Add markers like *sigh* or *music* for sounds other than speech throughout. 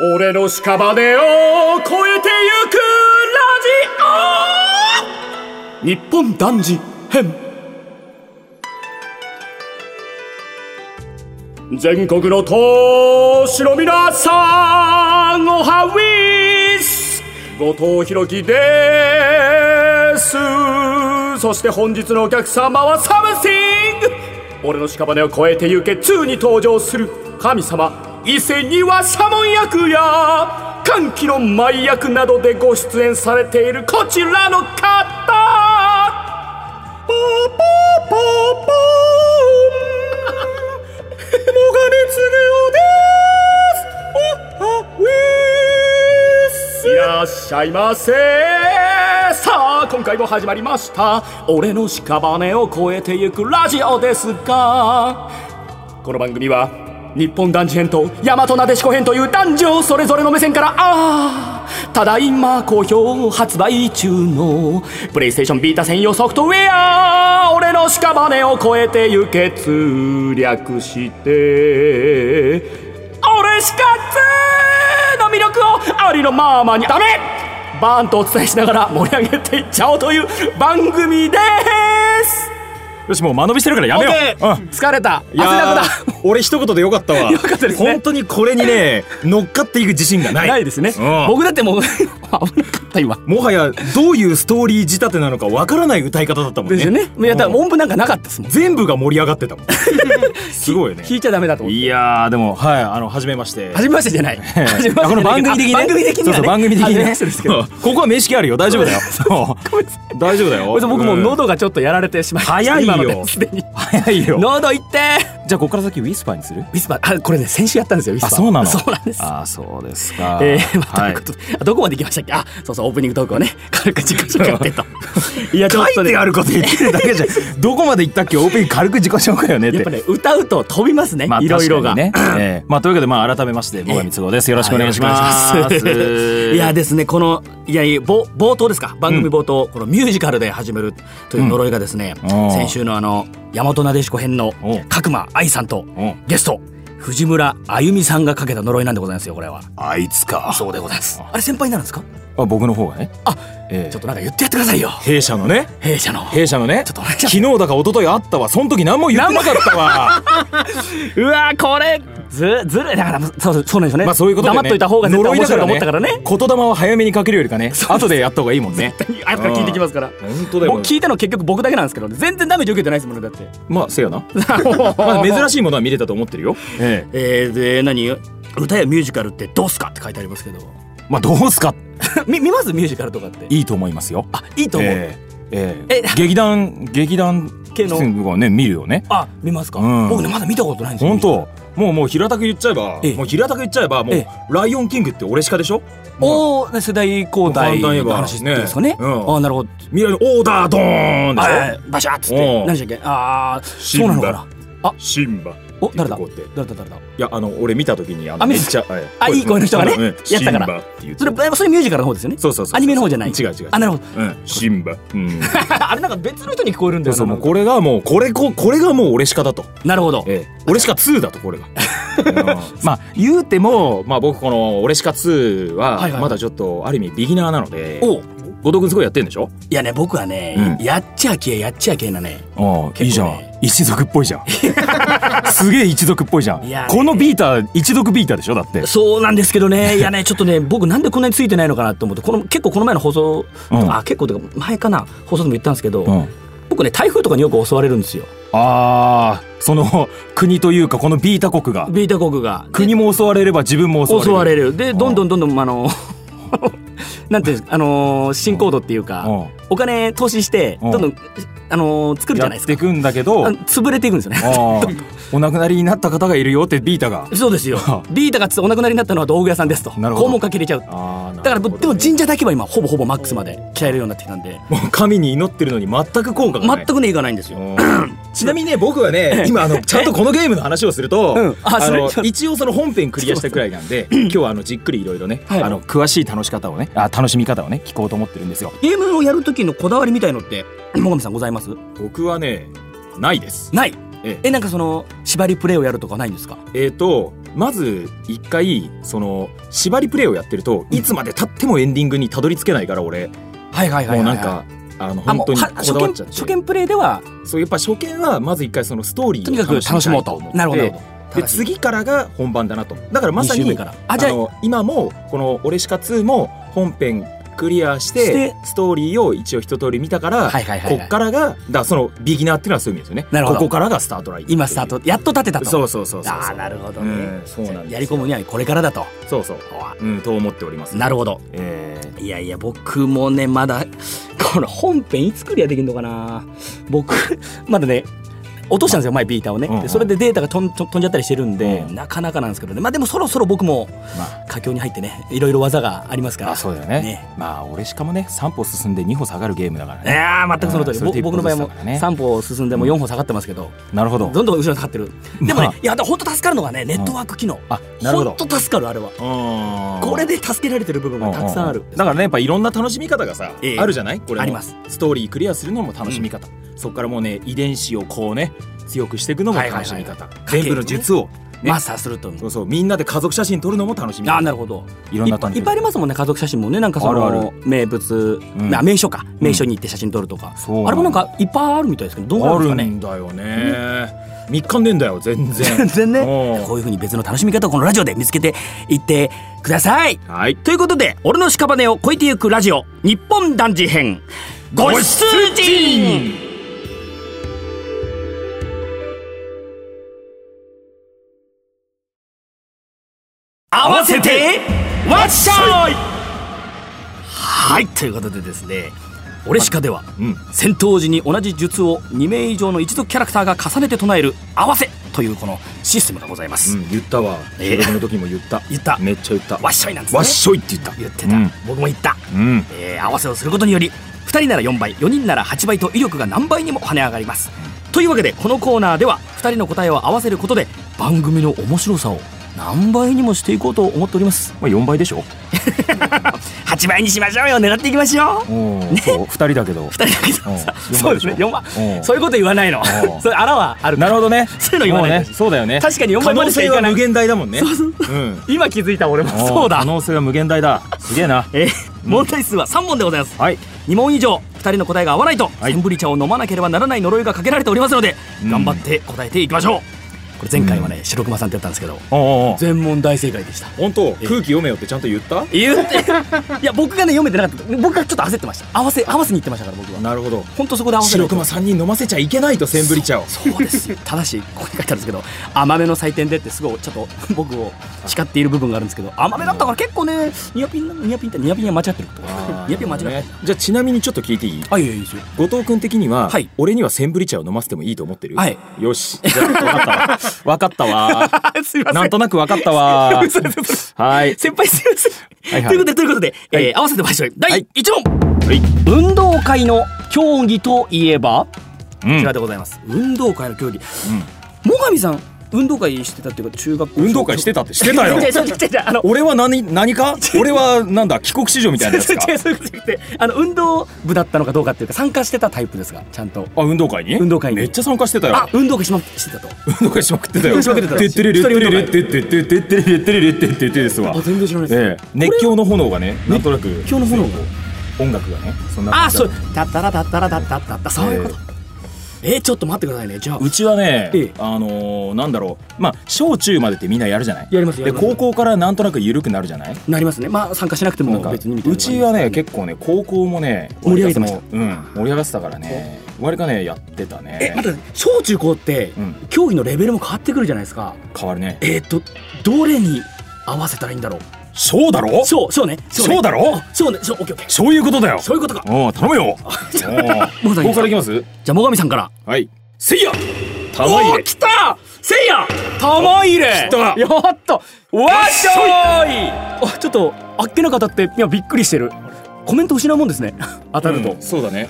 俺の屍を越えてゆくラジオ日本男児編全国の投資の皆さんおはウィス後藤弘樹ですそして本日のお客様はサムシング俺の屍を越えてゆけ2に登場する神様伊勢には左門役や歓喜の舞役などでご出演されているこちらの方ポーポーポーポーンもがみつぐよですおはウィスいらっしゃいませさあ今回も始まりました俺の屍を越えてゆくラジオですがこの番組は日本男児編と大和なでしこ編という男女それぞれの目線からああただいま好評発売中のプレイステーションビータ専用ソフトウェア俺の屍を越えてゆけ通略して俺しかつの魅力をありのままにダメバーンとお伝えしながら盛り上げていっちゃおうという番組ですよしもう間延びしてるからやめよう、うん、疲れた汗いやーだくだ俺一言で *laughs* よかったわよかったですね本当にこれに *laughs* ね乗っかっていく自信がないないですね、うん僕だってもう危なかった今もはやどういうストーリー仕立てなのかわからない歌い方だったもんねですよねいやだからうん音符なんかなかったですもん全部が盛り上がってた *laughs* もんすごいよね弾いちゃダメだと思っていやーでもはいあの初めまして初めましてじゃないええ初めましてじゃないあこの番組的にねあ番組的にはねそうそう番組的に初めねましてですけどそうここは面識あるよ大丈夫だよ *laughs* そうごめんなさい大丈夫だよこれで僕もうん喉がちょっとやられてしまいました早いよ今のですでに早いよ喉いってじゃあここから先ウィスパーにするウィスパーあこれね先週やったんですよウィスパあーそうなのそうなんですあそうですかえーまあはということであどこまで行きましたっけあそうそうオープニングトークをね軽く自己紹介といやちょっ書といねてあること言ってるだけじゃ *laughs* んどこまで行ったっけオープニング軽く自己紹介よねってやっぱね歌うと飛びますねまあ、いろいろが確かにね。ええまあ、というわけで、まあ、改めまして、僕は三つ子です。よろしくお願いします。はいよろしくお願いし *laughs* ます *laughs* いやですねこのいやいや冒冒頭ですか番組冒頭、このミュージカルで始めるという呪いがですね、うんおー先週のあの大和なでしこ編のお角間愛さんとおゲスト藤村あゆみさんがかけた呪いなんでございますよこれはあいつか。そうでございますあれ先輩になるんですかあ、僕の方がね。あええちょっとなんか言ってやってくださいよ弊社のね。弊社の弊社のね。ちょっとお願いしま昨す日だか一昨日あったわ。その時何も言ってなかった *laughs* わ。うわーこれずずるいだからそうそうそうなんですよね,、まあ、そういうことで、ね。黙っといた方が絶対面白いと思ったからね呪いだから言霊は早めにかけるよりかね。後でやった方がいいもんね。 *laughs* 後から聞いてきますから本当だよ僕。聞いたの結局僕だけなんですけどね全然ダメージ受けてないですもんねだ *laughs* ってまあ、せやな。まあ、珍しいものは見れたと思ってるよ。えええー、で何歌やミュージカルってどうすかって書いてありますけど *laughs* まあ、どうすか。み見ますミュージカルとかっていいと思いますよ。あいいと思う、ええええ *laughs* え劇団、劇団。系のがね、見るよね。あ見ますか、うん僕ねまだ見たことないんですよ本当もうもう平たく言っちゃえばええもう平たく言っちゃえばもえうライオンキングって俺しかでしょおー世代交代の話ですかねねうんああなるほど未来のオーダードーンでしあょバシャーっつっおてう何でしたっけああそうなのかなシンバお誰だって言ってこうやって誰だ誰だいやあの俺見た時にああの見めてっちゃええあ声いい声の人がねうんやったからシンバって言ってそれそれミュージカルの方ですよねそうそうそうアニメの方じゃない違う違う違う *laughs* あなるほどうんシンバうん *laughs* あれなんか別の人に聞こえるんだよそうそうもなうこれがもうこれここれがもう俺しかだとなるほどええ、俺しか2だとこれがうん *laughs* まあ言うても、まあ、僕この「俺しか2」ははいはいまだちょっとある意味ビギナーなのでおう後藤君すごいやってんでしょいやね僕はねうんやっちゃけやっちゃけなねああねいいじゃん一族っぽいじゃん *laughs* すげえ一族っぽいじゃんいやねこのビーター一族ビーターでしょだってそうなんですけど *laughs* ね、いやね、ちょっとね、僕なんでこんなについてないのかなと思って、この結構この前の放送、うんあ結構というか前かな放送でも言ったんですけど、うん僕ね台風とかによく襲われるんですよ。ああその国というかこのビータ国がビータ国が国も襲われれば自分も襲われ襲るわれる。で、うんどんどんどんどんあの *laughs* なんていうんですあのー新高度っていうか、うんお金投資してうんどんどんあのー作るじやゃないですっかて。くんだけどああ潰れていくんですよね。あお亡くなりになった方がいるよってビータがそうですよ。ビータがつお亡くなりになったのは道具屋さんですと。なるほど肛門かけれちゃう。ああだだから、でも神社だけは今ほぼほぼマックスまで鍛えるようになってきたんで、もう神に祈ってるのに全く効果がない全くねいかないんですよ。ちなみにね僕はね今あのちゃんとこのゲームの話をすると、うんああそれの一応その本編クリアしたくらいなんで今日はあのじっくりいろいろね、はいあの詳しい楽し方をねあ楽しみ方をね聞こうと思ってるんですよ。ゲー *coughs* ムをやる時のこだわりみたいのって最上さんございます僕はねないです。ないえええなんかその縛りプレイをやるとかないんですかえー、とまず一回その縛りプレイをやってるといつまでたってもエンディングにたどり着けないから俺もはいはいうなんかあのあ本も当うにはこ初だわっ見ちゃって初見プレイではそうやっぱ初見はまず一回そのストーリーをとにかく楽しもうと思ってなるほどなるほどで次からが本番だなとだからまさ二周目にからああじゃあの今もこの「俺しか2」も本編クリアししててストーリーを一応一通り見たから、はいはいはいはいこっからがだからそのビギナーっていうのはそういう意味ですよねなるほどここからがスタートライン今スタートやっと立てたとそうそうそうそうああなるほどうんね、そうなんですやり込むにはこれからだとそうそううんと思っておりますなるほどえいやいや僕もねまだこの本編いつクリアできんのかな僕 *laughs* まだね落としたんですよ前ビーターをね、うんうんでそれでデータが飛ん飛んじゃったりしてるんで、うんなかなかなんですけどねまあでもそろそろ僕もーま佳境に入ってねいろいろ技がありますからああそうだよねねまあ俺しかもね3歩進んで2歩下がるゲームだからいねやー全くその通り、うんそれでぼ僕の場合も一歩ずつだからね3歩進んでも4歩下がってますけど、なるほどどんどん後ろに下がってるでもね、まあいやだから本当助かるのがねネットワーク機能、あなるほど本当助かるあれはここれで助けられてる部分がたくさんある、だからねやっぱいろんな楽しみ方がさ、ええあるじゃないこれもありますストーリークリアするのも楽しみ方、そこからもうね遺伝子をこうね強くしていくのも楽しみ方、はいはいはい全部の術を、ねマスターするとそうそうみんなで家族写真撮るのも楽しみあ方あなるほどいろんな楽しみ方いっぱいありますもんね家族写真もねなんかそあるあの名物、うんあ名所か名所に行って写真撮るとか、そうなんだあれもなんかいっぱいあるみたいですけどどうなあんですかるねんだよね、三3日んでんだよ全全然然おねうこういうふうに別の楽しみ方をこのラジオで見つけていってくださいはいということで「俺の屍を越えてゆくラジオ日本男児編」ご出陣合わせてわっしゃいはいということでですね「俺しか」ではうん戦闘時に同じ術を2名以上の一族キャラクターが重ねて唱える「合わせ」というこのシステムがございます、うん、言ったわええ収録の時も言った言っためっちゃ言ったわっしょいなんですねわっしょいって言った言ってた、うん僕も言った、うんえー合わせをすることにより2人なら4倍4人なら8倍と威力が何倍にも跳ね上がりますというわけでこのコーナーでは2人の答えを合わせることで番組の面白さを何倍にもしていこうと思っておりますまあ4倍でしょ8倍にしましょうよ狙っていきましょうねそう2人だけど2人だけどさうんそうですね四4倍倍でしょうんそういうこと言わないのうんそれあらはあるなるほどねそういうの言わないでもうねそうだよね確かに4可倍ま能でしか性いかはない無限大だもんねそうそううん今気づいた俺もお *laughs* ーそうだ可能性は無限大だすげえなえー問題数は3問でございますはい2問以上2人の答えが合わないと、はいセンブリ茶を飲まなければならない呪いがかけられておりますので、うん頑張って答えていきましょうこれ前回はね、白熊さんってやったんですけどおうおうおう全問大正解でした本当空気読めよってちゃんと言った言 *laughs* っていや僕がね読めてなかった僕がちょっと焦ってました合わせ合わせに行ってましたから僕はなるほど本当そこで合わせない白と熊3人飲ませちゃいけないとセンブリ茶をそうですよただしここに書いてあるんですけど甘めの採点でってすごいちょっと *laughs* 僕を叱っている部分があるんですけど甘めだったから結構ねニアピンなニアピンってニアピンは間違ってるとあーニアピンは間違ってるじゃあちなみにちょっと聞いていいあいやいやいいですよ後藤君的には、はい俺にはセンブリ茶を飲ませてもいいと思ってるはいよしじゃあ分かったわ *laughs* 分かったわあすいませんなんとなく分かったわ *laughs* 嘘嘘嘘はい先輩すいません、はいはいということでということで、はえいー合わせてましょうは第い1問、はい運動会の競技といえば、うんこちらでございます運動会の競技最上さん運動会してたっていうか中学校運動会してたってしてたよ *laughs* 違う違う違う違うあの俺は何何か俺はなんだ帰国子女みたいなやつか違う *laughs* そういうことじゃなくてあの運動部だったのかどうかっていうか参加してたタイプですがちゃんとあ運動会に運動会にめっちゃ参加してたよあ運動会しましてたと運動会しまくってたよしまくってたてってれれってれれってってってってってれれってれれってってってですわあ全然知らないです、ええ熱狂の炎がねなんとなく今日の炎音楽がねそんなが感あじだそっうただったらだったらだったらだそういうことええーちょっと待ってくださいねじゃあうちはね、ええあのーなんだろうまあ小中までってみんなやるじゃないやりますやでります高校からなんとなく緩くなるじゃないなりますねまあ参加しなくてなもんか別にみたいなうちはね結構ね高校もね盛り上げてましたうん盛り上がってたからね割かねやってたえねまた小中高って、うん競技のレベルも変わってくるじゃないですか変わるねえっ、とどれに合わせたらいいんだろうそうだろそうそうねそうねそうだろあそうねそうオッケーオッケーそういうことだよそういうことかおお頼むよおもおう大丈夫ですかここからいきますじゃあ最上さんからはいせいや玉お入おーれ来たせいや玉入れ来たやっとわっしょいあちょっとあっけなか当たって今びっくりしてるコメント失うもんですね当たると、うんそうだね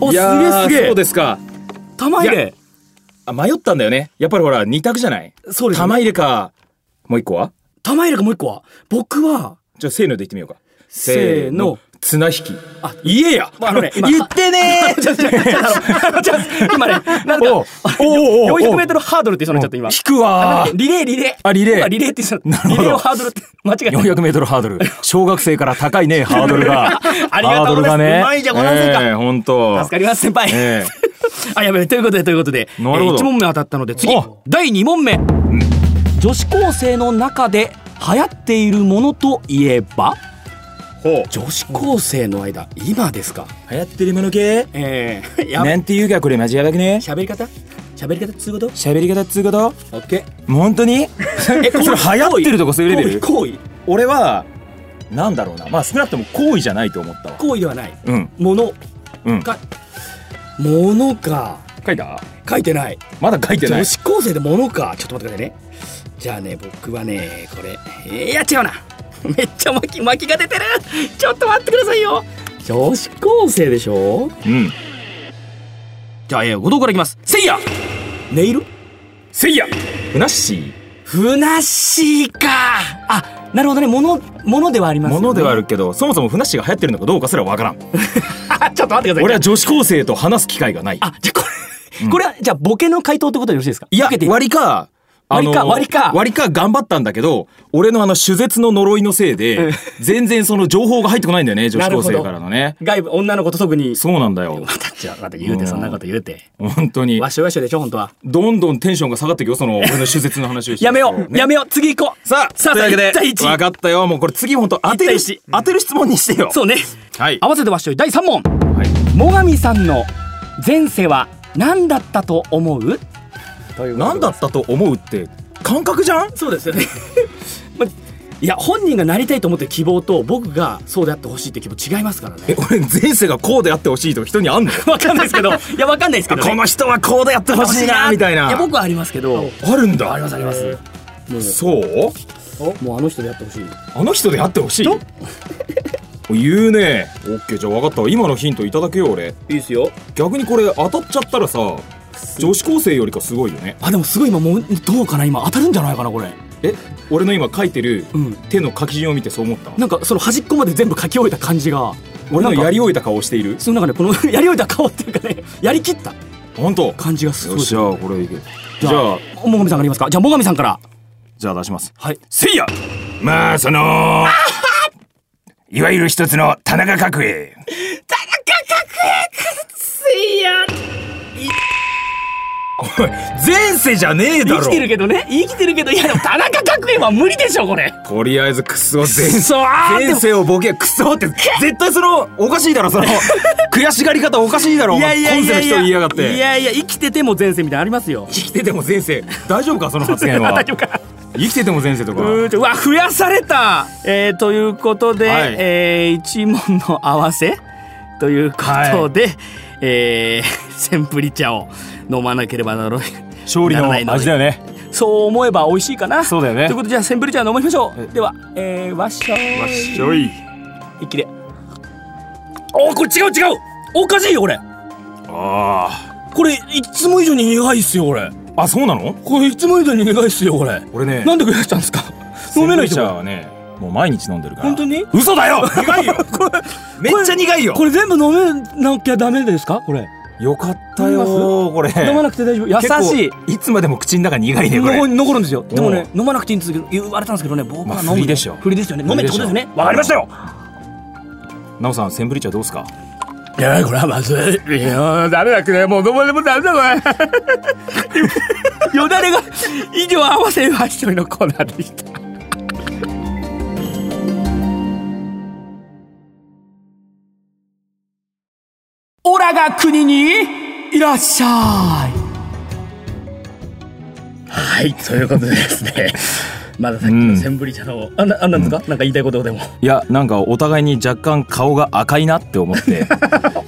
おいやーすげえすげそうえですか玉入いれあ迷ったんだよねやっぱりほら二択じゃないそうですね玉入れかもう一個は玉入れがもう一個は僕はじゃあせーので言ってみようかせーの綱引き言えや、まああのね今言ってね *laughs* ーちょっと、ちょっと、ちょっとちょっと今ね、なんか、おうおうおうおう400メートルハードルって言いそうになっちゃった、今。引くわ *laughs* ーリレー、リレー。あリレー今リレーって言いそうになった。なるリレーほどをハードルって、間違えた。 400m ハードル小学生から高いねハードルが *laughs* ありがハーとうドごルざいますがうねまいじゃんご覧になるかええ本当助かります、先輩。ええあ、やべえ、ということで、ということで、えなるほど1問目当たったので、次お、第2問目。女子高生の中で流行っているものといえばほう女子高生の間、今ですか流行ってるもの系ええやべなんていうかこれマジやばくね喋り方喋り方っつうこと喋り方っつうことオッケ本当 *laughs* にー。え、こそれ流行ってるとこそういうレベル行為行為俺はなんだろうなまあ少なくとも行為じゃないと思ったわ行為ではない。うんものうんか、ものか。書いた書いてない。まだ書いてない女子高生でものか。ちょっと待ってくださいね。じゃあね、僕はね、これ。いや、違うな。 *laughs* めっちゃ巻き、巻きが出てる。ちょっと待ってくださいよ。女子高生でしょうんじゃあ、えー、後藤からいきます。せいやネイルせいやふなっしふなっしーか。あ、なるほどね。もの、ものではありーますよもね、のではあるけどそもそもふなっしーが流行ってるのかどうかすらわからん *laughs* *laughs* あ、ちょっと待ってください。俺は女子高生と話す機会がないあ、じゃあこれ、これは、じゃあボケの回答ってことでよろしいですかいやボケて割りかあ割のりか割りか割りか頑張ったんだけど俺のあの手絶の呪いのせいで全然その情報が入ってこないんだよ *laughs* ね女子高生からのね外部、女の子と特に。そうなんだよまた、じゃあ、また言うて、そんなこと言うて。本当にわしょわしょでしょ、本当は。どんどんテンションが下がってく *laughs* よその俺の手絶の話をしてやめよう、やめよう、次行こう。さあさあ、というわけで1対1。分かったよもうこれ次本当当てる一対一当てる質問にしてよそうね。はい合わせてわっしょい、第3問。はい最上さんの前世は何だったと思うという何だったと思うって感覚じゃんそうですよね。 *laughs* まいや、本人がなりたいと思ってる希望と、僕がそうであってほしいって希望違いますからえね。俺前世がこうであってほしいとか人にあんのわかんないです *laughs* けど、いや、わかんないですけどね、この人はこうでやってほしいなみたいないや、僕はありますけど。あるんだありますありますそうもうあの人でやってほしい。あの人でやってほしい人言うねオッケーじゃあ分かったわ今のヒントいただけよ俺いいですよ。逆にこれ当たっちゃったらさ女子高生よりかすごいよねあ、でもすごい今もう、どうかな今当たるんじゃないかなこれ。え俺の今書いてるうん手の書き順を見てそう思ったなんかその端っこまで全部書き終えた感じが。俺なのんかやり終えた顔をしているその中でこの *laughs* やり終えた顔っていうかね、やりきった本当感じがすごい。ゃあこれいけじじゃゃああ、もがみさんがありますかじゃあ、もがみさんから。じゃあ出しますはい。せいやまあその *laughs* いわゆる一つの田中角栄田中角栄かせいや前世じゃねえだろ生きてるけどね。生きてるけど、いやでも田中角栄は無理でしょ、これ。とりあえずクソ前そあ前世をボケクソって絶対そのおかしいだろそ *laughs* の悔しがり方おかしいだろおいや前いやい今世やのい人や。言いやがっていやいや、生きてても前世みたいなのありますよ。生きてても前世大丈夫かその発 *laughs* 言は大丈夫か。生きてても前世とかうーんちょうわ増やされた、えーということで、はいえー一問の合わせということで、えー *laughs* センプリ茶を飲まなければならない勝利ならのないので味だよねそう思えば美味しいかなそうだよねということでじゃあセンプリ茶飲みましょうでは、えー、わっしょいわっしょい一気でおーこれ違う違うおかしいよこれあこれいつも以上に苦いっすよこれーあそうなのこれいつも以上に苦いっすよこれ俺ねなんで増やしたんですか飲めないセとンブリ茶こはねもう毎日飲んでるから本当に嘘だよ苦い *laughs* よこれめっちゃ苦いよこれ全部飲めなきゃダメですかこれよかった飲よこれ飲まなくて大丈夫優しい結構いつまでも口の中苦いねこれ残る残るんですよでもね飲まなくていいんですけど言われたんですけどね僕まあは飲む振りでしょ振りですよね飲めってことですね振りでしょわかりましたよなおさんセンブリ茶どうすかいやこれはまずいいやダメだこれもう飲までもダメだこれ *laughs* よだれが以上合わせファッションのコーナーでしたオラが国にいらっしゃいはいということでですねまださっきのセンブリ茶の、あんなあんなんですか、なんか言いたいことでもいやなんかお互いに若干顔が赤いなって *laughs* 思って、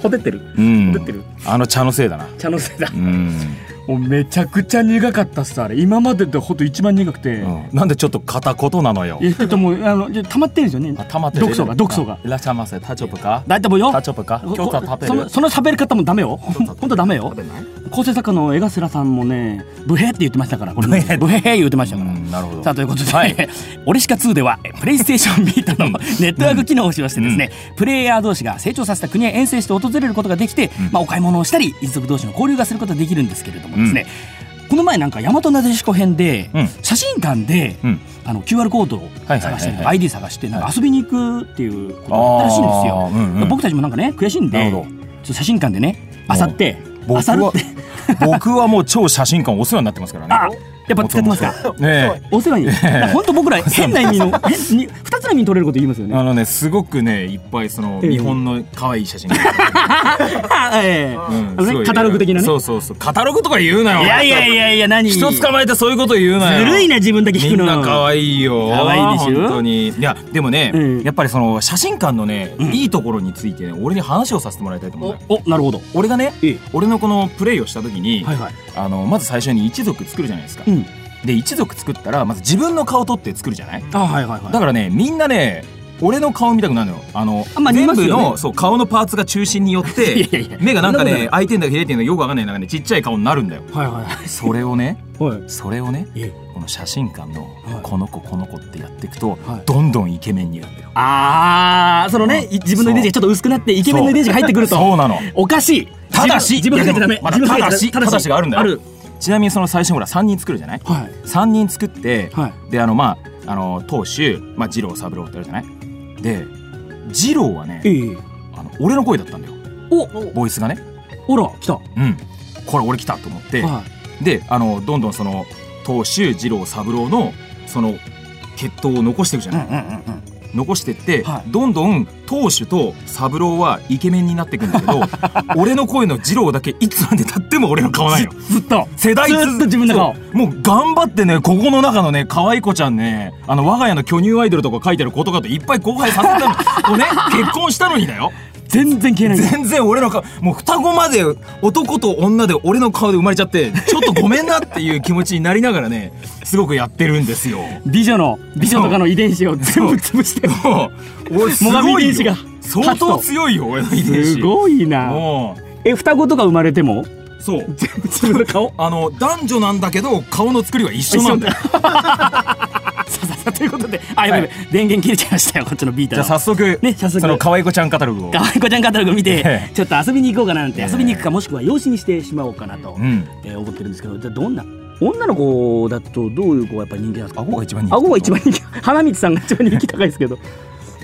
ほてってるうん出てる、あの茶のせいだな茶のせいだうん、もうめちゃくちゃ苦かったっすあれ今まででほんと一番苦くて、うんなんでちょっと片言なのよいやちょっともうあのじゃあ溜まってるんですよねあ溜まってる毒素が毒素があいらっしゃいませタチョプか大体もうよタチョプか今日は食べそるのその喋り方もダメよほんほんとダメよ構成作家の江頭さんもねブヘって言ってましたからこれ、ね、ブヘヘ言ってましたから、なるほどさあということで、 *laughs* 俺しか2ではえプレイステーションビートのネットワーク機能を使用してですね、プレイヤー同士が成長させた国へ遠征して訪れることができて、まあ、お買い物をしたり一族同士の交流がすることができるんですけれどもですね、この前なんか大和なでしこ編で、うん写真館で、うんあの QR コードを探して、はいはいはいはい ID 探してなんか遊びに行くっていうことがあったらしいんですよあ、ーうんうんで僕たちもなんかね悔しいんなでるちょほどっと写真館でねあさって僕あさるっはて僕はもう超写真館お世話になってますからねあやっぱ使ってますか元々ね *laughs* えお世話に本当僕ら変な意味の変に2つの意味に取れること言いますよねあのねすごくねいっぱいそのええ日本の可愛い写真が、あええうん *laughs* あのねすごいカタログ的なねそうそうそうカタログとか言うなよいやいやいやいや何人捕まえてそういうこと言うなずよるいな自分だけみ引くんのな可愛いよ可愛いでしょ本当にいやでもね、うんやっぱりその写真館のね、いいところについてね俺に話をさせてもらいたいと思うんだよおなるほど俺がねええ俺のこのプレイをした時に、はいはいあのまず最初に一族作るじゃないですか、うんで一族作ったらまず自分の顔撮って作るじゃないあはいはいだはからねみんなね俺の顔見たくなるのよあのあまあ全部見ますよのねそう顔のパーツが中心によいっやいやていや目がなんかそんなことなねい開いてんだか開いてんだかよくわかんないなんかねちっちゃい顔になるんだよいはいはいそれをねはいそれをねええこの写真館のはいこの子この子ってやっていくとはいどんどんイケメンになるんだよああそのねい自分のイメージがちょっと薄くなってイケメンのイメージが入ってくるそうとそうなのおかしいただし自分自分がい入やっでもまちゃダだメ自分が入っちゃダメただしただしがあるんだよあるちなみにその最初ほら3人作るじゃないはい3人作ってはいであのまああの当主、まあ、二郎三郎ってあるじゃないで二郎はねええあの俺の声だったんだよおボイスがねほら来たはうんこれ俺来たと思って、いであのどんどんその当主二郎三郎のその血統を残していくじゃうんなうい、んうんうん残してって、はいどんどん当主と三郎はイケメンになっていくん *laughs* だけど俺の声の二郎だけいつまでたっても俺の顔ないよずっと世代ずっと自分の顔そうもう頑張ってねここの中のね可愛い子ちゃんねあの我が家の巨乳アイドルとか書いてる子とかといっぱい後輩させ *laughs* たのこうね結婚したのにだよ全然消えない全然俺の顔もう双子まで男と女で俺の顔で生まれちゃってちょっとごめんなっていう気持ちになりながらねすごくやってるんですよ美女の美女とかの遺伝子を全部潰してもう俺す最上ご遺伝い子よが相当強いよ俺の遺伝子すごいなもえ双子とか生まれてもうそう全部自分の顔あの男女なんだけど顔の作りは一緒なんだよさささということであやべやべ電源切れちゃいましたよこっちのビータじゃあの早速,、ね早速その可愛い子ちゃんカタログをかわいこちゃんカタログ見てえちょっと遊びに行こうかななんてええ遊びに行くかもしくは養子にしてしまおうかなとうんえー思ってるんですけどじゃあどんな女の子だとどういう子がやっぱ人気なんですか顎が一番人気顎が一番人気 *laughs* 花道さんが一番人気高いですけど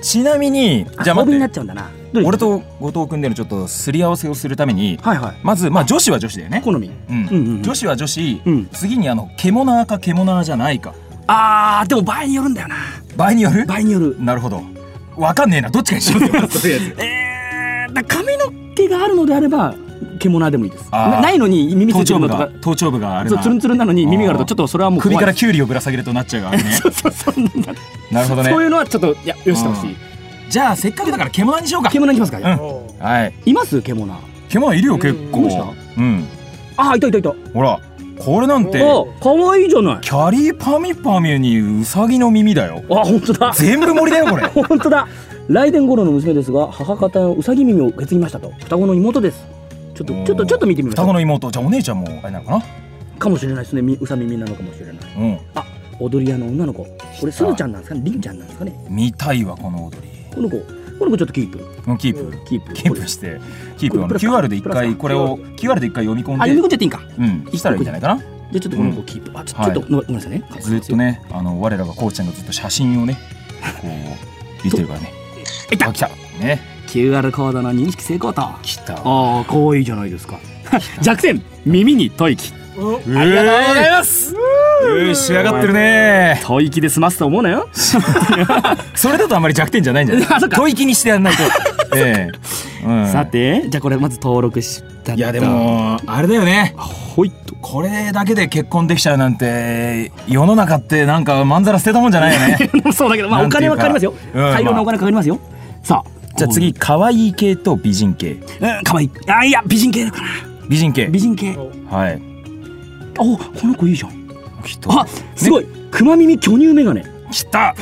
ちなみにじゃああ待びになっってちゃうんだな俺どういうと後藤君でのちょっとすり合わせをするためにはいはいまずまあ女子は女子だよね好みうんうんうん女子は女子、うん次にあの獣か獣じゃないかあーでも場合によるんだよな場合による場合によるなるほどわかんねえなどっちかにしよう *laughs* よとりあえずえー、だから髪の毛があるのであれば獣でもいいですあーなないのに耳つ頭いて頂るの部とかが頭頂部があれそうなつるんつるんなのに耳があるあとーちょっとそれはもう怖首いからキュウリをぶら下げるとなっちゃうからね *laughs* そうそうそうなんだ、なるほどそういねうのはちょっといやよしてほしいじゃあせっかくだから獣にしようか獣にしますか、うんはいいます獣あ獣いるよ結いま構しうんーいたいたいたほらこれなんておかわいいじゃないあキャリーパミュパミュにウサギの耳だよ本当だ *laughs* 全部森だよこれ本当だ来年頃の娘ですが母方のうさぎ耳を受け継ぎましたと双子の妹ですちょっとちょっとちょっと見てみまし双ょ子うの妹じゃあお姉ちゃんもあれなのかなかもしれないですねみうさ耳なのかもしれないうんあ踊り屋の女の子これすずちゃんなんですかねりんちゃんなんですかね見たいわこの踊りこの子この子ちょっとキープうんキープキープキープしてキープあこのれプラス QR で一プラス回これを QR で一回読み込あ読みん込でんじゃっていいんかうんしたらいいんじゃないかなじゃあちょっとこの子キープ、あちょはいちょっとごめんなさいねずっとねあの我らがこうちゃんがずっと写真をねこう言ってるからねいたあ来たね QR コードの認識成功とあ来たあ可愛いじゃないですか *laughs* 弱点耳に吐息うありがとうございますうー仕上がってるね吐息で済ますと思うなよそれだと *laughs* あんまり弱点じゃないんじゃなあそっいか吐息にしてやんない *laughs* とええうんさてじゃあこれまず登録したといやでもあれだよねほいっと *laughs* これだけで結婚できちゃうなんて世の中ってなんかまんざら捨てたもんじゃないよねそうだけどまあなおんてい金うはかかかりますようん大量のお金かかりますよさあ *laughs* じゃあ次可愛い系と美人系うん可愛いあいや美人系だから美人系美人系はいおこの子いいじゃんきっあすごい熊耳巨乳メガネ来た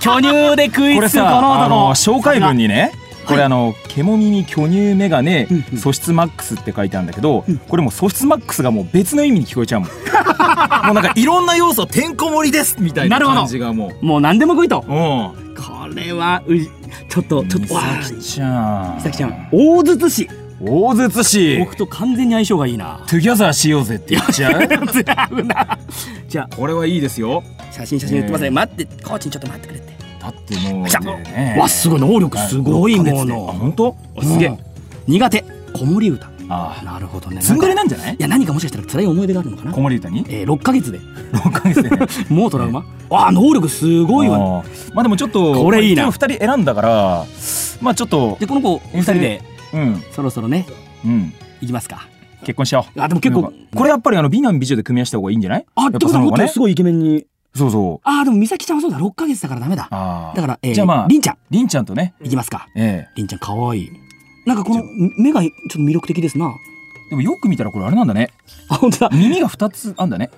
巨乳で食いこれつくこさのあの男紹介文にねこれあの獣耳巨乳メガネうんうん素質マックスって書いてあるんだけどこれもう素質マックスがもう別の意味に聞こえちゃうもんもうなんかいろんな要素てんこ盛りですみたいななるほど感じがもうもう何でも来いとうんこれはうじちょっとちょっとわあ美咲ちゃん美咲ちゃん大筒市大筒市僕と完全に相性がいいなトゥギャザーしようぜって言っちゃうじゃこれはいいですよあ写真写真言ってますね待ってコーチにちょっと待ってくれってだってもうじゃねわすごい能力すごいもあの本当うんすげえ苦手子守歌あなるほどねあツンデレなんじゃないいや何かもしかしたら辛い思い出があるのかな子守歌にえー、6ヶ *laughs* 月で6ヶ月でねもうトラウマああ能力すごいわあーまあでもちょっとこれいいなまあ一応二人選んだからまあちょっとでこの子2人でうんそろそろねうん行きますか結婚しようあでも結構なんかこれやっぱりあの美男美女で組み合わせた方がいいんじゃないあってことはもっやぱその方がとねすごいイケメンにそうそうああでも美咲ちゃんはそうだ6ヶ月だからダメだああだから、えー、じゃあまありんちゃんりんちゃんとね行きますかえりんちゃん可愛いなんかこの目がちょっと魅力的ですなえでもよく見たらこれあれなんだねあ本当だ耳が二つあんだね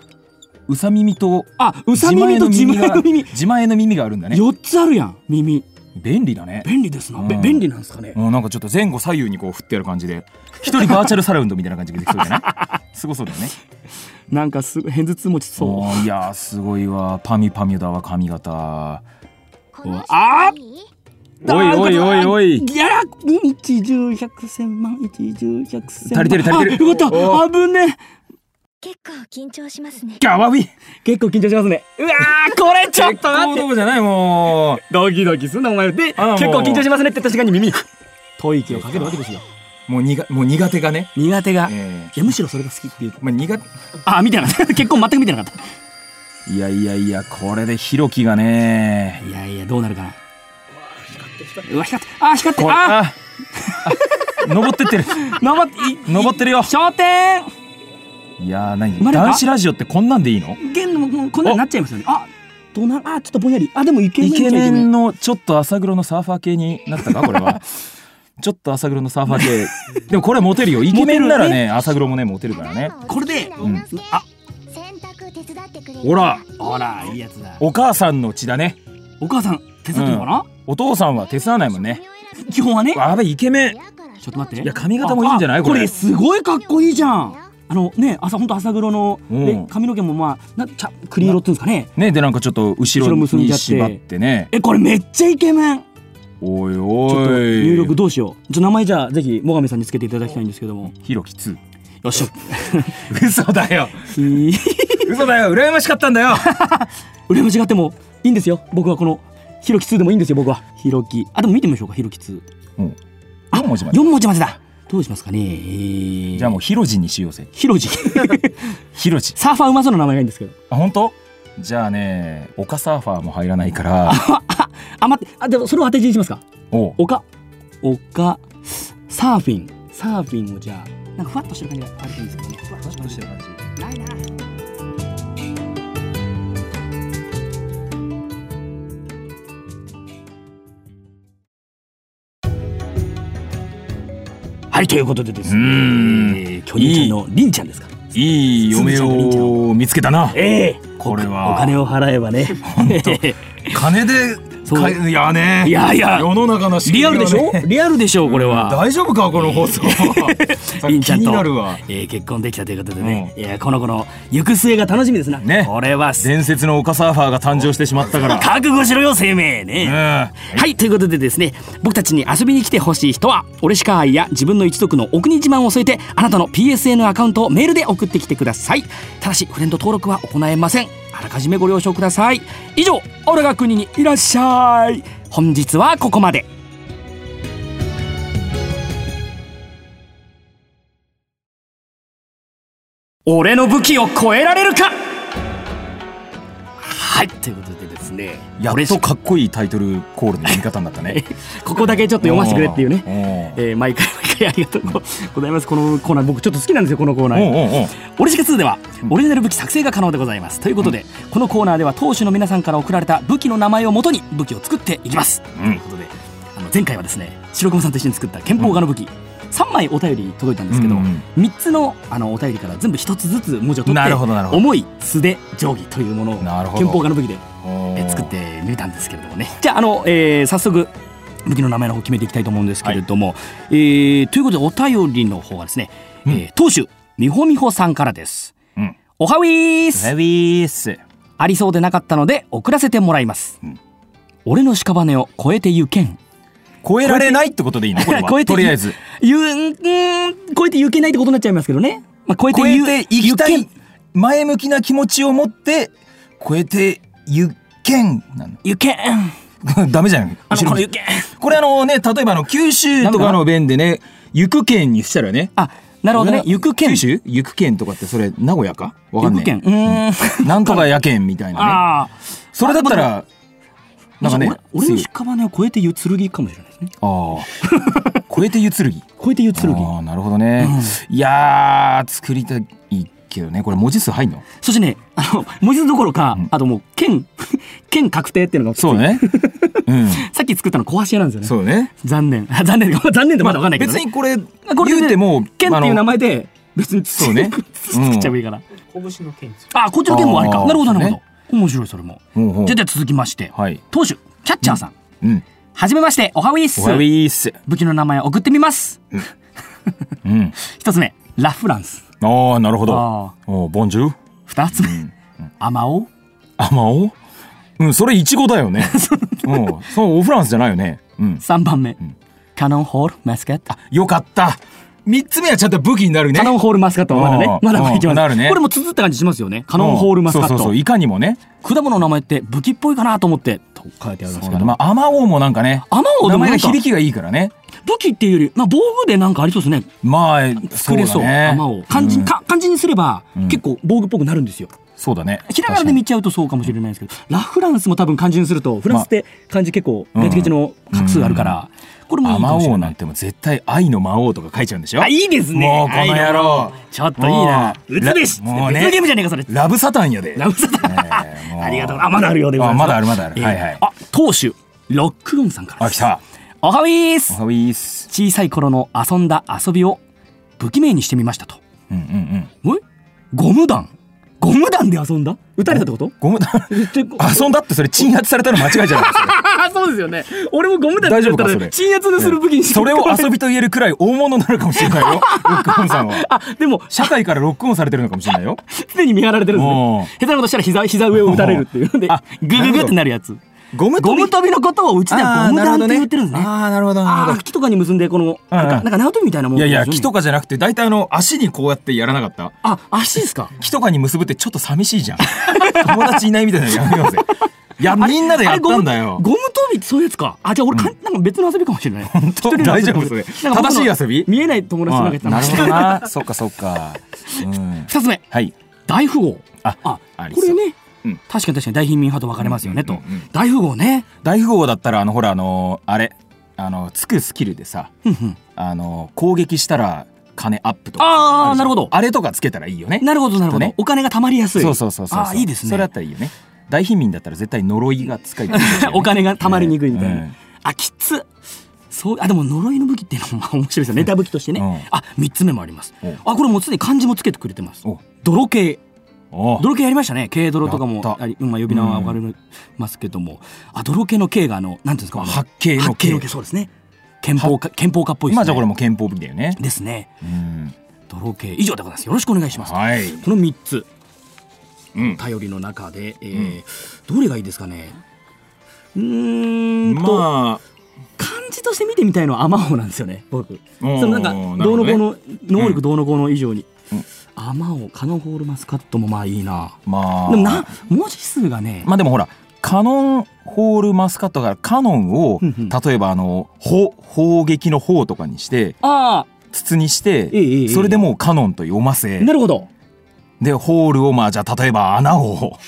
うさ耳とあうさ耳と自前の耳自前の耳があるんだね四つあるやん耳便利だね便利ですな、べうん便利なんですかねもうなんかちょっと前後左右にこう振ってやる感じで一人バーチャルサラウンドみたいな感じができそうじゃない *laughs* すごそうだよねなんかす偏頭痛持ちそうういやーすごいわパミュパミュだわ髪型あおいおいおいおいいやー一十百千万一十百千万足りてる足りてるあよかったお危ねえ結構緊張しますねガワビ結構緊張しますねうわーこれちょっと待ってどこじゃないもドキドキすんなお前で結あもう構緊張しますねって確かに耳に吐息をかけるわけですようもうにがもう苦手がね、苦手が、えいやむしろそれが好きっていうーまあ、苦あ見てなかった結婚全く見てなかっいやいやいやこれでひろきがたねいやいやどうなるかなうわ光ってあ光ってこれあああ登って *laughs* ってる登ってい登ってるよ商店いやー何まだか男子ラジオってこんなんでいいの現のもうこんなになっちゃいますよねあどうなあちょっとぼんやりあでもイケメンっイちゃケイメンのちょっと朝黒のサーファー系にな *laughs* ったかこれはちょっと朝黒のサーファー系でもこれはモテるよイケメンなモらテね朝黒もねモテるからねこれで、うんあ洗濯手伝ってくれるほらほらいいやつだお母さんの血だねお母さん手伝ってるのかな、お父さんは手伝わないもんね基本はねあべイケメンちょっと待っていや髪型もいいんじゃないあこれこれすごいかっこいいじゃんあのね朝本当朝黒の、うんで髪の毛もまあなちゃ栗色っていうんですかねねでなんかちょっと後後ろろ結んにじゃって縛ってねえこれめっちゃイケメンおいちょっとおい入力どうしよう。ちょっと名前じゃあぜひ最上さんにつけていただきたいんですけども。ひろき2よっしゃ。嘘だよひ嘘だよ羨ましかったんだよ売れ間違ってもいいんですよ。僕はこのひろき2でもいいんですよ。僕はひろき。あでも見てみましょうか。ひろき2。うん4文字まで四文字までだ。どうしますかね。えー、じゃあもうひろじにしようぜひろ *laughs* じ。ひろじサーファーうまそうな名前がいいんですけど。あ本当じゃあね岡サーファーも入らな *laughs* いからあ待って。あでもそれを当て字にしますか。おうおかおかサーフィンサーフィンをじゃあなんかふわっとしてる感じがあるといいんですけどね。ふわっとしてる感じ。ないな。はいということでですね。うーんえー巨人ちゃんのりんちゃんですか。いい嫁を見つけたなええこれはお金を払えばね。金でそう買えいやねいやいや世の中の仕組み *laughs* リアはねルでしょ？リアルでしょこれは。大丈夫かこ *laughs* の放送りんちゃんと気になるわえー結婚できたということでね、いやこの子の行く末が楽しみですな、ねこれはす伝説の岡サーファーが誕生してしまったから覚悟しろよ生命ね、 *laughs* うんはいということでですね僕たちに遊びに来てほしい人は俺しか愛や自分の一族のお国自慢を添えてあなたの PSN アカウントをメールで送ってきてくださいただしフレンド登録は行えませんあらかじめご了承ください以上オラが国にいらっしゃい本日はここまで俺の武器を超えられるかはいということでですねや俺っしとかっこいいタイトルコールの読み方になったねここだけちょっ *laughs* と読ませてくれっていうね、ねえー毎回毎回ありがとうございますこのコーナー僕ちょっと好きなんですよこのコーナおうーおうおう「オリシカ2」ではオリジナル武器作成が可能でございますということで、このコーナーでは当主の皆さんから送られた武器の名前をもとに武器を作っていきます、うんということであの前回はですね白熊さんと一緒に作った憲法画の武器、三3枚お便り届いたんですけど、うんうん三3つのあのお便りから全部1つずつ文字を取っなてるほどなるほど重い素で定規というものをなるほど憲法画の武器でおうえー作ってみたんですけれどもねじゃああの、えー早速向きの名前の方を決めていきたいと思うんですけれども、えーということでお便りの方はですね、えー当主みほみほさんからです、うんおはウィースラビースありそうでなかったので送らせてもらいます、俺の屍を越えてゆけん超えられないってことでいいのこれは *laughs* 超えてとりあえずゆうんうん超えてゆけないってことになっちゃいますけどね、まあ、超えて超えゆていきたゆけいん前向きな気持ちを持って超えてゆけんなゆけんの *laughs* ダメじゃんあの後ころのにゆけんこれあのね例えばあの九州とかの弁でねゆくけんにしたらねあなるほどね俺らゆくけん九州ゆくけんとかってそれ名古屋かわかゆんなくいけんうーん *laughs* なんとかやけんみたいなねああそれだったらなんかね俺俺のす屍を超えてゆ剣かもしれないですねぐああ超えてゆつるぎ超えてゆあーなるほどね、いやー作りたいけどねこれ文字数入んのそしてねあの文字どころか、あともう剣 *laughs* 剣確定っていうのがそうねうんさっき作ったの小橋屋なんですよ *laughs* ねそうね残念 *laughs* 残念残念でまだわかんないけど、ね別にこれあこれでね言うても剣っていう名あの前で別にそ *laughs* うね作っちゃえばいいから、拳の剣ですあこっちの剣もあれあかーなるほどなるほそど、面白いそれもほうほうじゃあじゃあ続きまして、はい投手キャッチャーさん、うんはじめましておはウィースおはウィース武器の名前を送ってみますうん一つ目ラ・フランスああなるほどあおーボンジュールー二つ目、アマオあまおうんそれイチゴだ *laughs* よねうんそうオフランスじゃないよねうん三番目、カノンホールマスカットよかった三つ目はちゃんと武器になるねカノンホールマスカットまだうんねまだまだいきますなるねこれも綴った感じしますよねカノンホールマスカットうんそうそうそういかにもね果物の名前って武器っぽいかなと思ってと書いてあるんですけど、まあアマオもなんかねアマオで名も前ながんか響きがいいからね武器っていうより、まあ、防具でなんかありそうですねまあ作れそうだねアマオ漢字,、うんか漢字にすれば、ん結構防具っぽくなるんですよそうだねひらがなで見ちゃうとそうかもしれないですけどラ・フランスも多分漢字にするとフランスって漢字結構まあガチガチの画数あるから、これもいいアかマもしれオなないんてもう絶対愛の魔王とか書いちゃうんでしょあいいですねもうこの野郎ちょっといいなもううつべしラもうね別のゲームじゃねえかそれラブサタンやでラムサタンええもありがとうあまだあるようでございますあまだあるまだあるええはいはいあ当主ロックオンさんからあで来すたおはウィーすおはウィース小さい頃の遊んだ遊びを武器名にしてみましたとうんうんうんえゴム弾ゴム弾で遊んだ撃たれたってことゴ *laughs* ムだ遊んだってそれ鎮圧されたの間違いじゃないですかああ *laughs* そうですよね俺もゴム弾大丈夫か撃たれたらそれ鎮圧のする武器にしてそれを遊びと言えるくらい大物になるかもしれない *laughs* よロックオンさんは *laughs* あでも社会からロックオンされてるのかもしれないよすでに見張られてるんですねお下手なことしたら膝膝上を打たれるっていうのであグググってなるやつゴムゴ飛びム飛びのことをうちではあーゴムなるほ弾っどてね言ってるんですねああなるほどなるあほあど木とかに結んでこのなんうんかうんなんか縄跳びみたいなもんいやいやですよね木とかじゃなくて大体あの足にこうやってやらなかったあ足ですか木とかに結ぶってちょっと寂しいじ *laughs* ゃん友達いないみたいなのやめようぜいやみんなでやったんだあよれゴムゴム跳びってそういうやつかあじゃあ俺か、なんか別の遊びかもしれない本当大丈夫それ正しい遊び見えない友達となんかやってたのなるほどなそっかそっか、うん、二つ目はい大富豪ああありこそうれね、うん確かに確かに大貧民派と分かれますよね、うんうんうんうんと大富豪ね大富豪だったらあのほらあのあれあのつくスキルでさふんふんあの攻撃したら金アップとかああるじゃんなるほどあれとかつけたらいいよねなるほどなるほど、きっとねお金が貯まりやすいそうそうそうそうあーいいですねそれだったらいいよね大貧民だったら絶対呪いが使いたい、 *laughs* お金が貯まりにくいみたいな、うんあきつそうあでも呪いの武器っていうのも面白いですよネタ武器としてね、うんあ三つ目もありますおあこれもうすでに漢字もつけてくれてますお泥系おう泥系やりましたね軽泥とかもやったあり、うんまあ、呼び名は分かりますけども、あ泥系の系があのなんていうんですか八景の八景景の系そうですね憲法か憲法家っぽいですねまあじゃあこれも憲法武器だよねですねうん泥系以上でございますよろしくお願いしますはいこの3つ、うん頼りの中で、えーどれがいいですかねうーんと、まあ漢字として見てみたいのはアマオなんですよね僕そおーのなんかどうのこうの、能力どうのこうの以上に、うんアマオカノンホールマスカットもまあいいなまあでもな文字数がね、まあでもほらカノンホールマスカットからカノンをうんうん例えばあの砲砲撃の砲とかにしてあ筒にしええええてそれでもうカノンと読まあせなるほど *laughs* でホールをまあじゃあ例えば穴を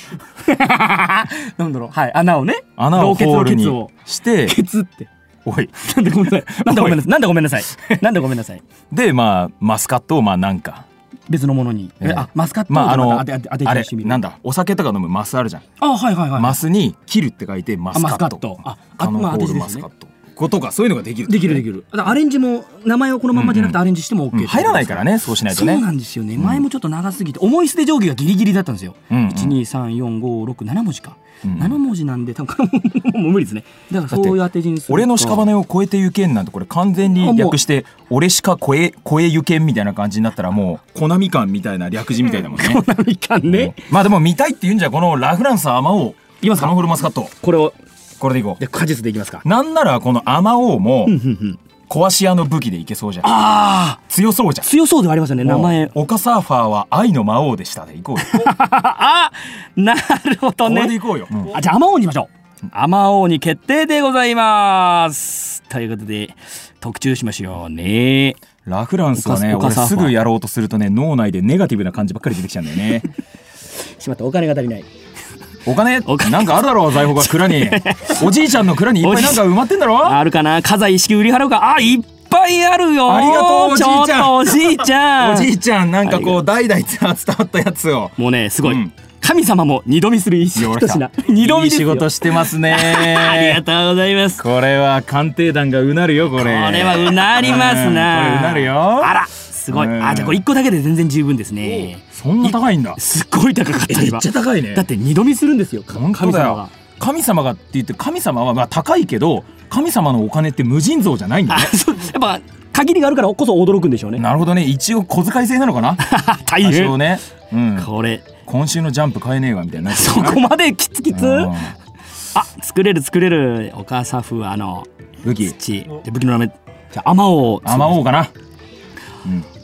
なんだろうはい穴をね穴を老血ホーのル血にをして *laughs* ケツっておいなんでごめんなさいなんでごめんなさいなんでごめんなさいなんでごめんなさいでまあマスカットをまあなんか別のものに、ええあマスカットまああをのまた当て当て当あてれしてみるなんだお酒とか飲むマスあるじゃんあはいはいはいマスに切るって書いてマスカッあマスカットトああカノンまあホール私ですねマスカット子とかそういうのができる、できるできるだからアレンジも名前をこのまんまじゃなくてアレンジしても OK ってことうです、ん入らないからねそうしないとそうねなんですよね、前もちょっと長すぎて重い捨て定規がギリギリだったんですよ、うんうん1234567文字か、うん7文字なんで多分もう無理ですねだからそういう当て字にすると俺の屍を越えてゆけんなんてこれ完全に略して俺しか越え越えゆけんみたいな感じになったらもうコナミ感みたいな略字みたいだもんね。 *laughs* いかんね、まあでも見たいって言うんじゃこのラフランス甘王いきますサかノフルマスカットこれをこれでいこで果実でいきますかう。なんならこの甘王もうんうんうん壊し屋の武器でいけそうじゃん。ああ強そうじゃん。強そうではありますよね名前 *laughs* オカサーファーは愛の魔王でしたでいこうよ。あなるほどこれでねいこうよ。うんあじゃあ天王にしましょう天王に決定でございますということで特注しましょうねラフランスはねオカ俺サすぐやろうとするとね脳内でネガティブな感じばっかり出てきちゃうんだよね。しまったお金が足りないお金お金なんかあるだろう財宝が *laughs* 蔵におじいちゃんの蔵にいっぱいなんか埋まってんだろあるかな家財一式売り払うかあいっぱいあるよありがとうおじいちゃんちょっとおじいちゃんおじいちゃんなんかありこう代々伝わったやつをもうねすごい、うん神様も二度見する一よ品ろしく二度見いでいす仕 *laughs* よ事してますねありがとうございますここれは鑑定団がうなるよこれれはうなりますな、うんこれうなるよあらすごいうんあじゃあこれ一個だけで全然十分ですねそんな高いんだすっごい高かっためっ今ちゃ高いねだって二度見するんですよか本当神だ様よが神様がって言って神様はまあ高いけど神様のお金って無尽蔵じゃないんだあねそうやっぱ限りがあるからこそ驚くんでしょうねなるほどね一応小遣い制なのかな *laughs* 大多変、少ね、うん、これ今週のジャンプ買えねえわみたいになっちゃそうかこらまでキツキツうんあ作れる作れるお母さん風あの武器土で武器の名前じゃあ天王アマ王かな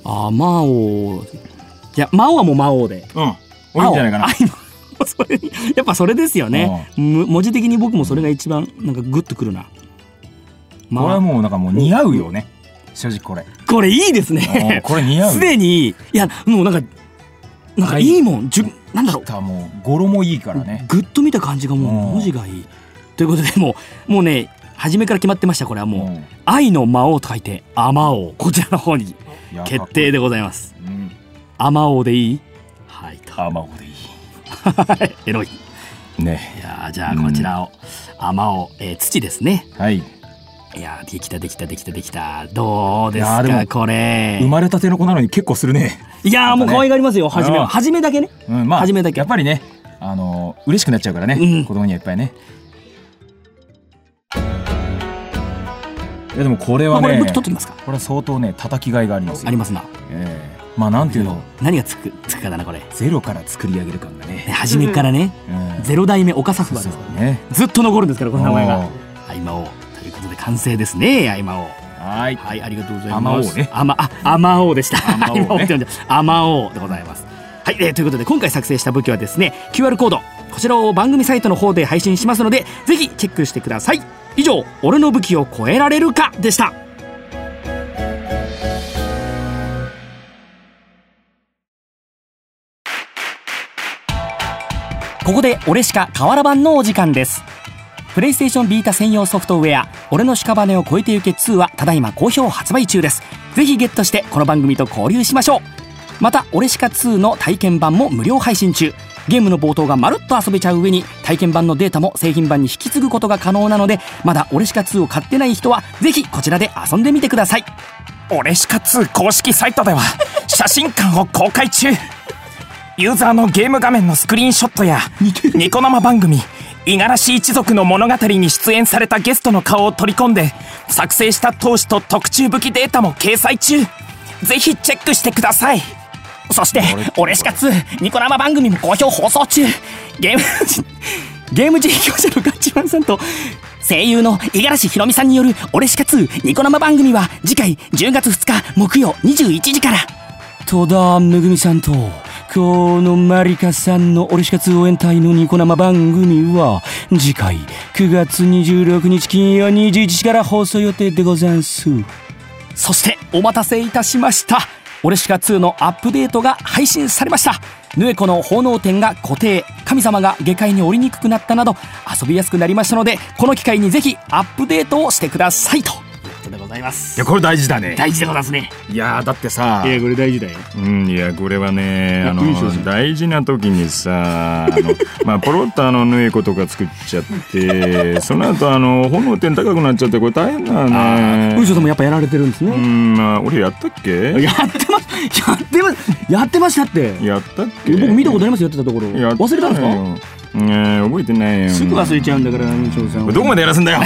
天王いや魔王はもう魔王でうん多いんじゃないかな青あ今もうそれやっぱそれですよねむ文字的に僕もそれが一番なんかグッとくるなこれはまあもうなんかもう似合うよね正直これこれいいですうんねこれ似合うすでにいやもうなんかなんかいいもんじゅなんだろうたもう語呂もいいからねグッと見た感じがもううん文字がいいということでもうもうね初めから決まってましたこれはもうも「愛の魔王」と書いて「天王」こちらの方にういや決定でございますかっこいいうん「天王」でいいはいとアマ王でいエロいいねいやーじゃあこちらを天王、えー土ですねはいいやーできたできたできたできたどうですいやかーでもこれ生まれたての子なのに結構するねいやーもう可愛がりますよなんか初めねうんは初めだけねうんまあ初めだけやっぱりねあのー嬉しくなっちゃうからねうん子供にはいっぱいねいやでもこれまはあ、これね武器取っときますかこれは相当ね叩きがいがありますあよりますなええまあなんていうの何がつくつくかだなこれ、ね、ゼロから作り上げる感がね初めからねうんゼロ代目岡サフバそでうすからねねずっと残るんですからこの名前がおー合間王ということで完成ですね合間王はいはいありがとうござい天王ますね天あ天王でした天王天王ってね呼んじゃう天王でございますはい、えーということで今回作成した武器はですね QR コードこちらを番組サイトの方で配信しますのでぜひチェックしてください以上「俺の武器を超えられるか」でしたここで「俺しか河原版」のお時間ですプレイステーションビータ専用ソフトウェア「俺の屍を超えてゆけ2」はただいま好評発売中ですぜひゲットしてこの番組と交流しましょうまた「俺しか2」の体験版も無料配信中ゲームの冒頭がまるっと遊べちゃう上に体験版のデータも製品版に引き継ぐことが可能なのでまだ「俺しか2」を買ってない人はぜひこちらで遊んでみてください俺しか2公式サイトでは *laughs* 写真館を公開中ユーザーのゲーム画面のスクリーンショットやニコ生番組「五十嵐一族の物語」に出演されたゲストの顔を取り込んで作成した投資と特注武器データも掲載中ぜひチェックしてくださいそして「俺しか2」ニコ生番組も好評放送中ゲーム *laughs* ゲーム実況者のガッチマンさんと声優の五十嵐ひろみさんによる「俺しか2」ニコ生番組は次回10月2日木曜21時から戸田めぐみさんとこのまりかさんの「俺しか2」応援隊のニコ生番組は次回9月26日金曜21時から放送予定でござんすそしてお待たせいたしました「俺しか2」のアップデートが配信されましたヌエコの奉納展が固定神様が下界に降りにくくなったなど遊びやすくなりましたのでこの機会にぜひアップデートをしてくださいということでござざいいますますいやこれ大事だね大事でございますねいやーだってさいやこれ大事だようん、いやこれはねあのびっくりした大事な時にさあの、 *laughs* まあ、ポロッとあの縫い子とか作っちゃってその後あの炎の点高くなっちゃってこれ大変だよねさんもやっぱやられてるんですうねんまあ俺やったっけやってましたやってまやってましたってやったっけ僕見たことありますよやってたところやっ忘れたんですかたよねえ覚えてないよすぐ忘れちゃうんだからしょうさんどこまでやらすんだよ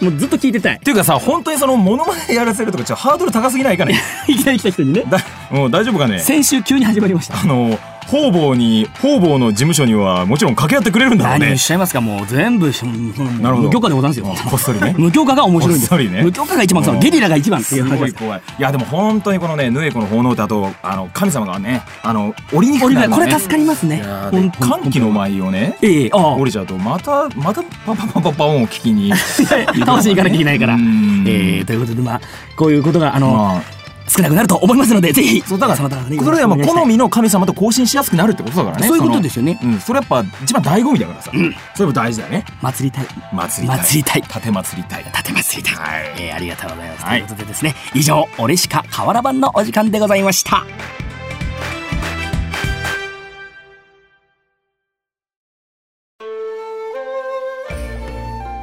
もうずっと聞いてたいっていうかさ本当にそのモノマネやらせるとかちょっとハードル高すぎ *laughs* ないかね行きたい行きたい人にねだもう大丈夫かね先週急に始まりましたあの方々に方々の事務所にはもちろん掛け合ってくれるんだろう何をおねっしゃいますかもう全部しなるほど無許可でございますよこっ *laughs* そりね無許可が面白いんでこっそす、りね無許可が一番そのゲリラが一番っていすうご話い怖いいやでも本当にこのねヌエコの奉納歌とあの神様がねあの折りにくくなるのねこれ助かりますねいやーで歓喜の舞をねええああ折れちゃうとまたまたパパパパパ音を聞きに倒しに行かなきゃいけないからう。んえー、ということで、まあ、こういうことが、あの、まあ少なくなると思いますので、ぜひ、そうだからその他のねそれはまあよろしくお好願いしみの神様と交信しやすくなるってことだからますねそういうことですすよね。うん、それやっぱ一番醍醐味だからさ、それも大事だよね祭りたい。祭りたい祭りたい盾祭りたい盾祭りたい。はいえー、ありがとうございます。はいということでですね、以上、俺しか河原版のお時間でございました。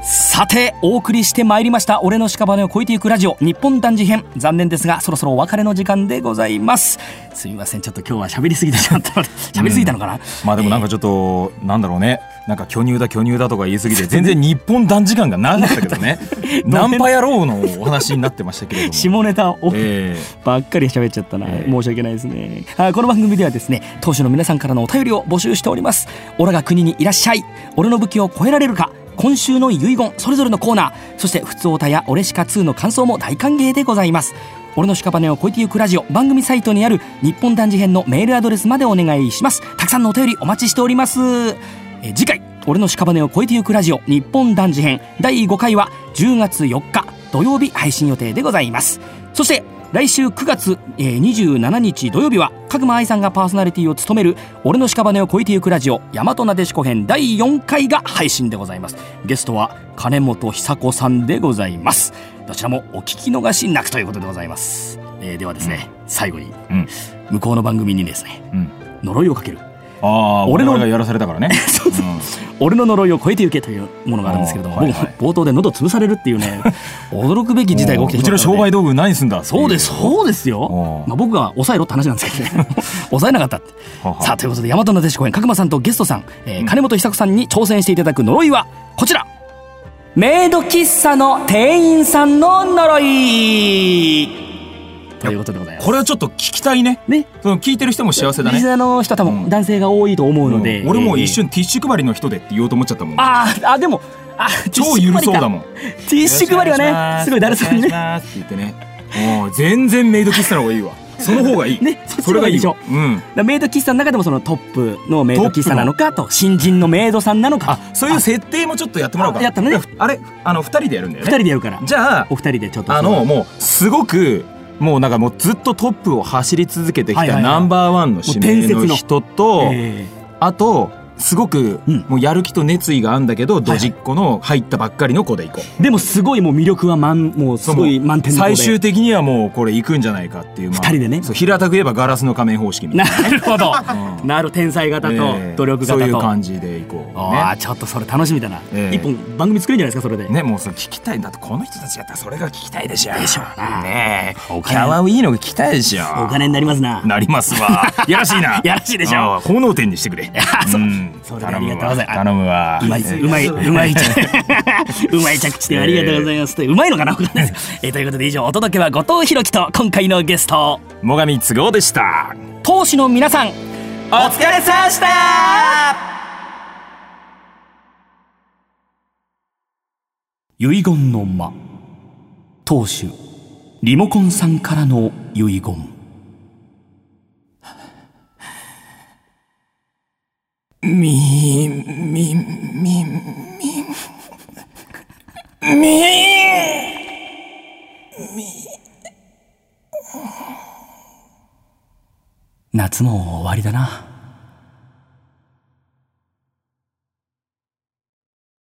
さてお送りしてまいりました「俺の屍を越えていくラジオ日本男児編」残念ですがそろそろお別れの時間でございますすみませんちょっと今日は喋りすぎてしまったので喋りすぎたのかな、まあでもなんかちょっと、なんだろうねなんか巨乳だ巨乳だとか言い過ぎて全然日本男児感がなかったけ *laughs* どねナンパ野郎のお話になってましたけれども下ネタをえばっかり喋っちゃったな、ええ申し訳ないですねあこの番組ではですね当主の皆さんからのお便りを募集しておりますオラが国にいらっしゃい俺の武器を超えられるか今週の遺言それぞれのコーナーそして「ふつおた」や「俺しか2」の感想も大歓迎でございます俺の屍を越えてゆくラジオ番組サイトにある日本男児編のメールアドレスまでお願いしますたくさんのお便りお待ちしておりますえー次回俺の屍を越えてゆくラジオ日本男児編第5回は10月4日土曜日配信予定でございますそして来週9月、えー27日土曜日は角間愛さんがパーソナリティを務める「俺の屍を越えてゆくラジオ大和なでしこ編」第4回が配信でございますゲストは金本久子さんでございますどちらもお聞き逃しなくということでございます、えーではですね、最後に、うん向こうの番組にですね、うん呪いをかけるえああ俺俺ののがやらされたからね *laughs* そうそう俺の呪いを超えてゆけというものがあるんですけれども、おーはいはい僕冒頭で喉潰されるっていう *laughs* ね驚くべき事態が起きてうしちまのったの商で売道具何すんだっていそうですそうですよお、ーまあ、僕が抑えろって話なんですけどね *laughs* 抑えなかったってははさあということで大和なでしこ演角間さんとゲストさん、えー金本久子さんに挑戦していただく呪いはこちらメイド喫茶の店員さんの呪いということでございますこれはちょっと聞きたいねねその聞いてる人も幸せだリスね、ナーの人は多分男性が多いと思うので、うん俺も一えー瞬ティッシュ配りの人でって言おうと思っちゃったもんあーあでもあ超緩そうだもんティッシュ配りはねすごいだるそうにねねって言ってねもう全然メイド喫茶の方がいいわ *laughs* その方がいいねそっちその方がれがいいでいいしょようんだからメイド喫茶の中でもそのトップのメイド喫茶なのかと新人のメイドさんなのかあそういう設定もちょっとやってもらおうかあやったのねあれあの二人でやるんだよ二ね人でやるからじゃあお二人でちょっとあのもうすごくもうなんかもうずっとトップを走り続けてきはいはたいはいナンバーワンの指も名う伝説のの人とえーあとすごくうんもうやる気と熱意があるんだけどドジっ子の入ったばっかりの子でいこうでもすごいもう魅力は満もうすごい満点の子で最終的にはもうこれ行くんじゃないかっていうまあ二人でねそう平たく言えばガラスの仮面方式みたいななるほど、うんなる天才型とええ努力型と、そういう感じでいこうあねあちょっとそれ楽しみだな、ええ一本番組作れるんじゃないですかそれで、ねもうそれ聞きたいんだってこの人たちやったらそれが聞きたいでしょでしょなねえお金キャワウィーのが聞きたいでしょお金になりますななりますわやらしいな *laughs* やらしいでしょああ奉納店にしてく *laughs* れそうんそれでありがとうございます頼むわうまい、頼うむわ *laughs* まい、うまい、うまい着地でありがとうございます。うまいのかな、わかんないですえーということで、以上、お届けは後藤弘樹と、今回のゲスト。最上都合でした投資の皆さんお疲れさました遺言の間当主リモコンさんからの遺言みみみみみみ夏も終わりだな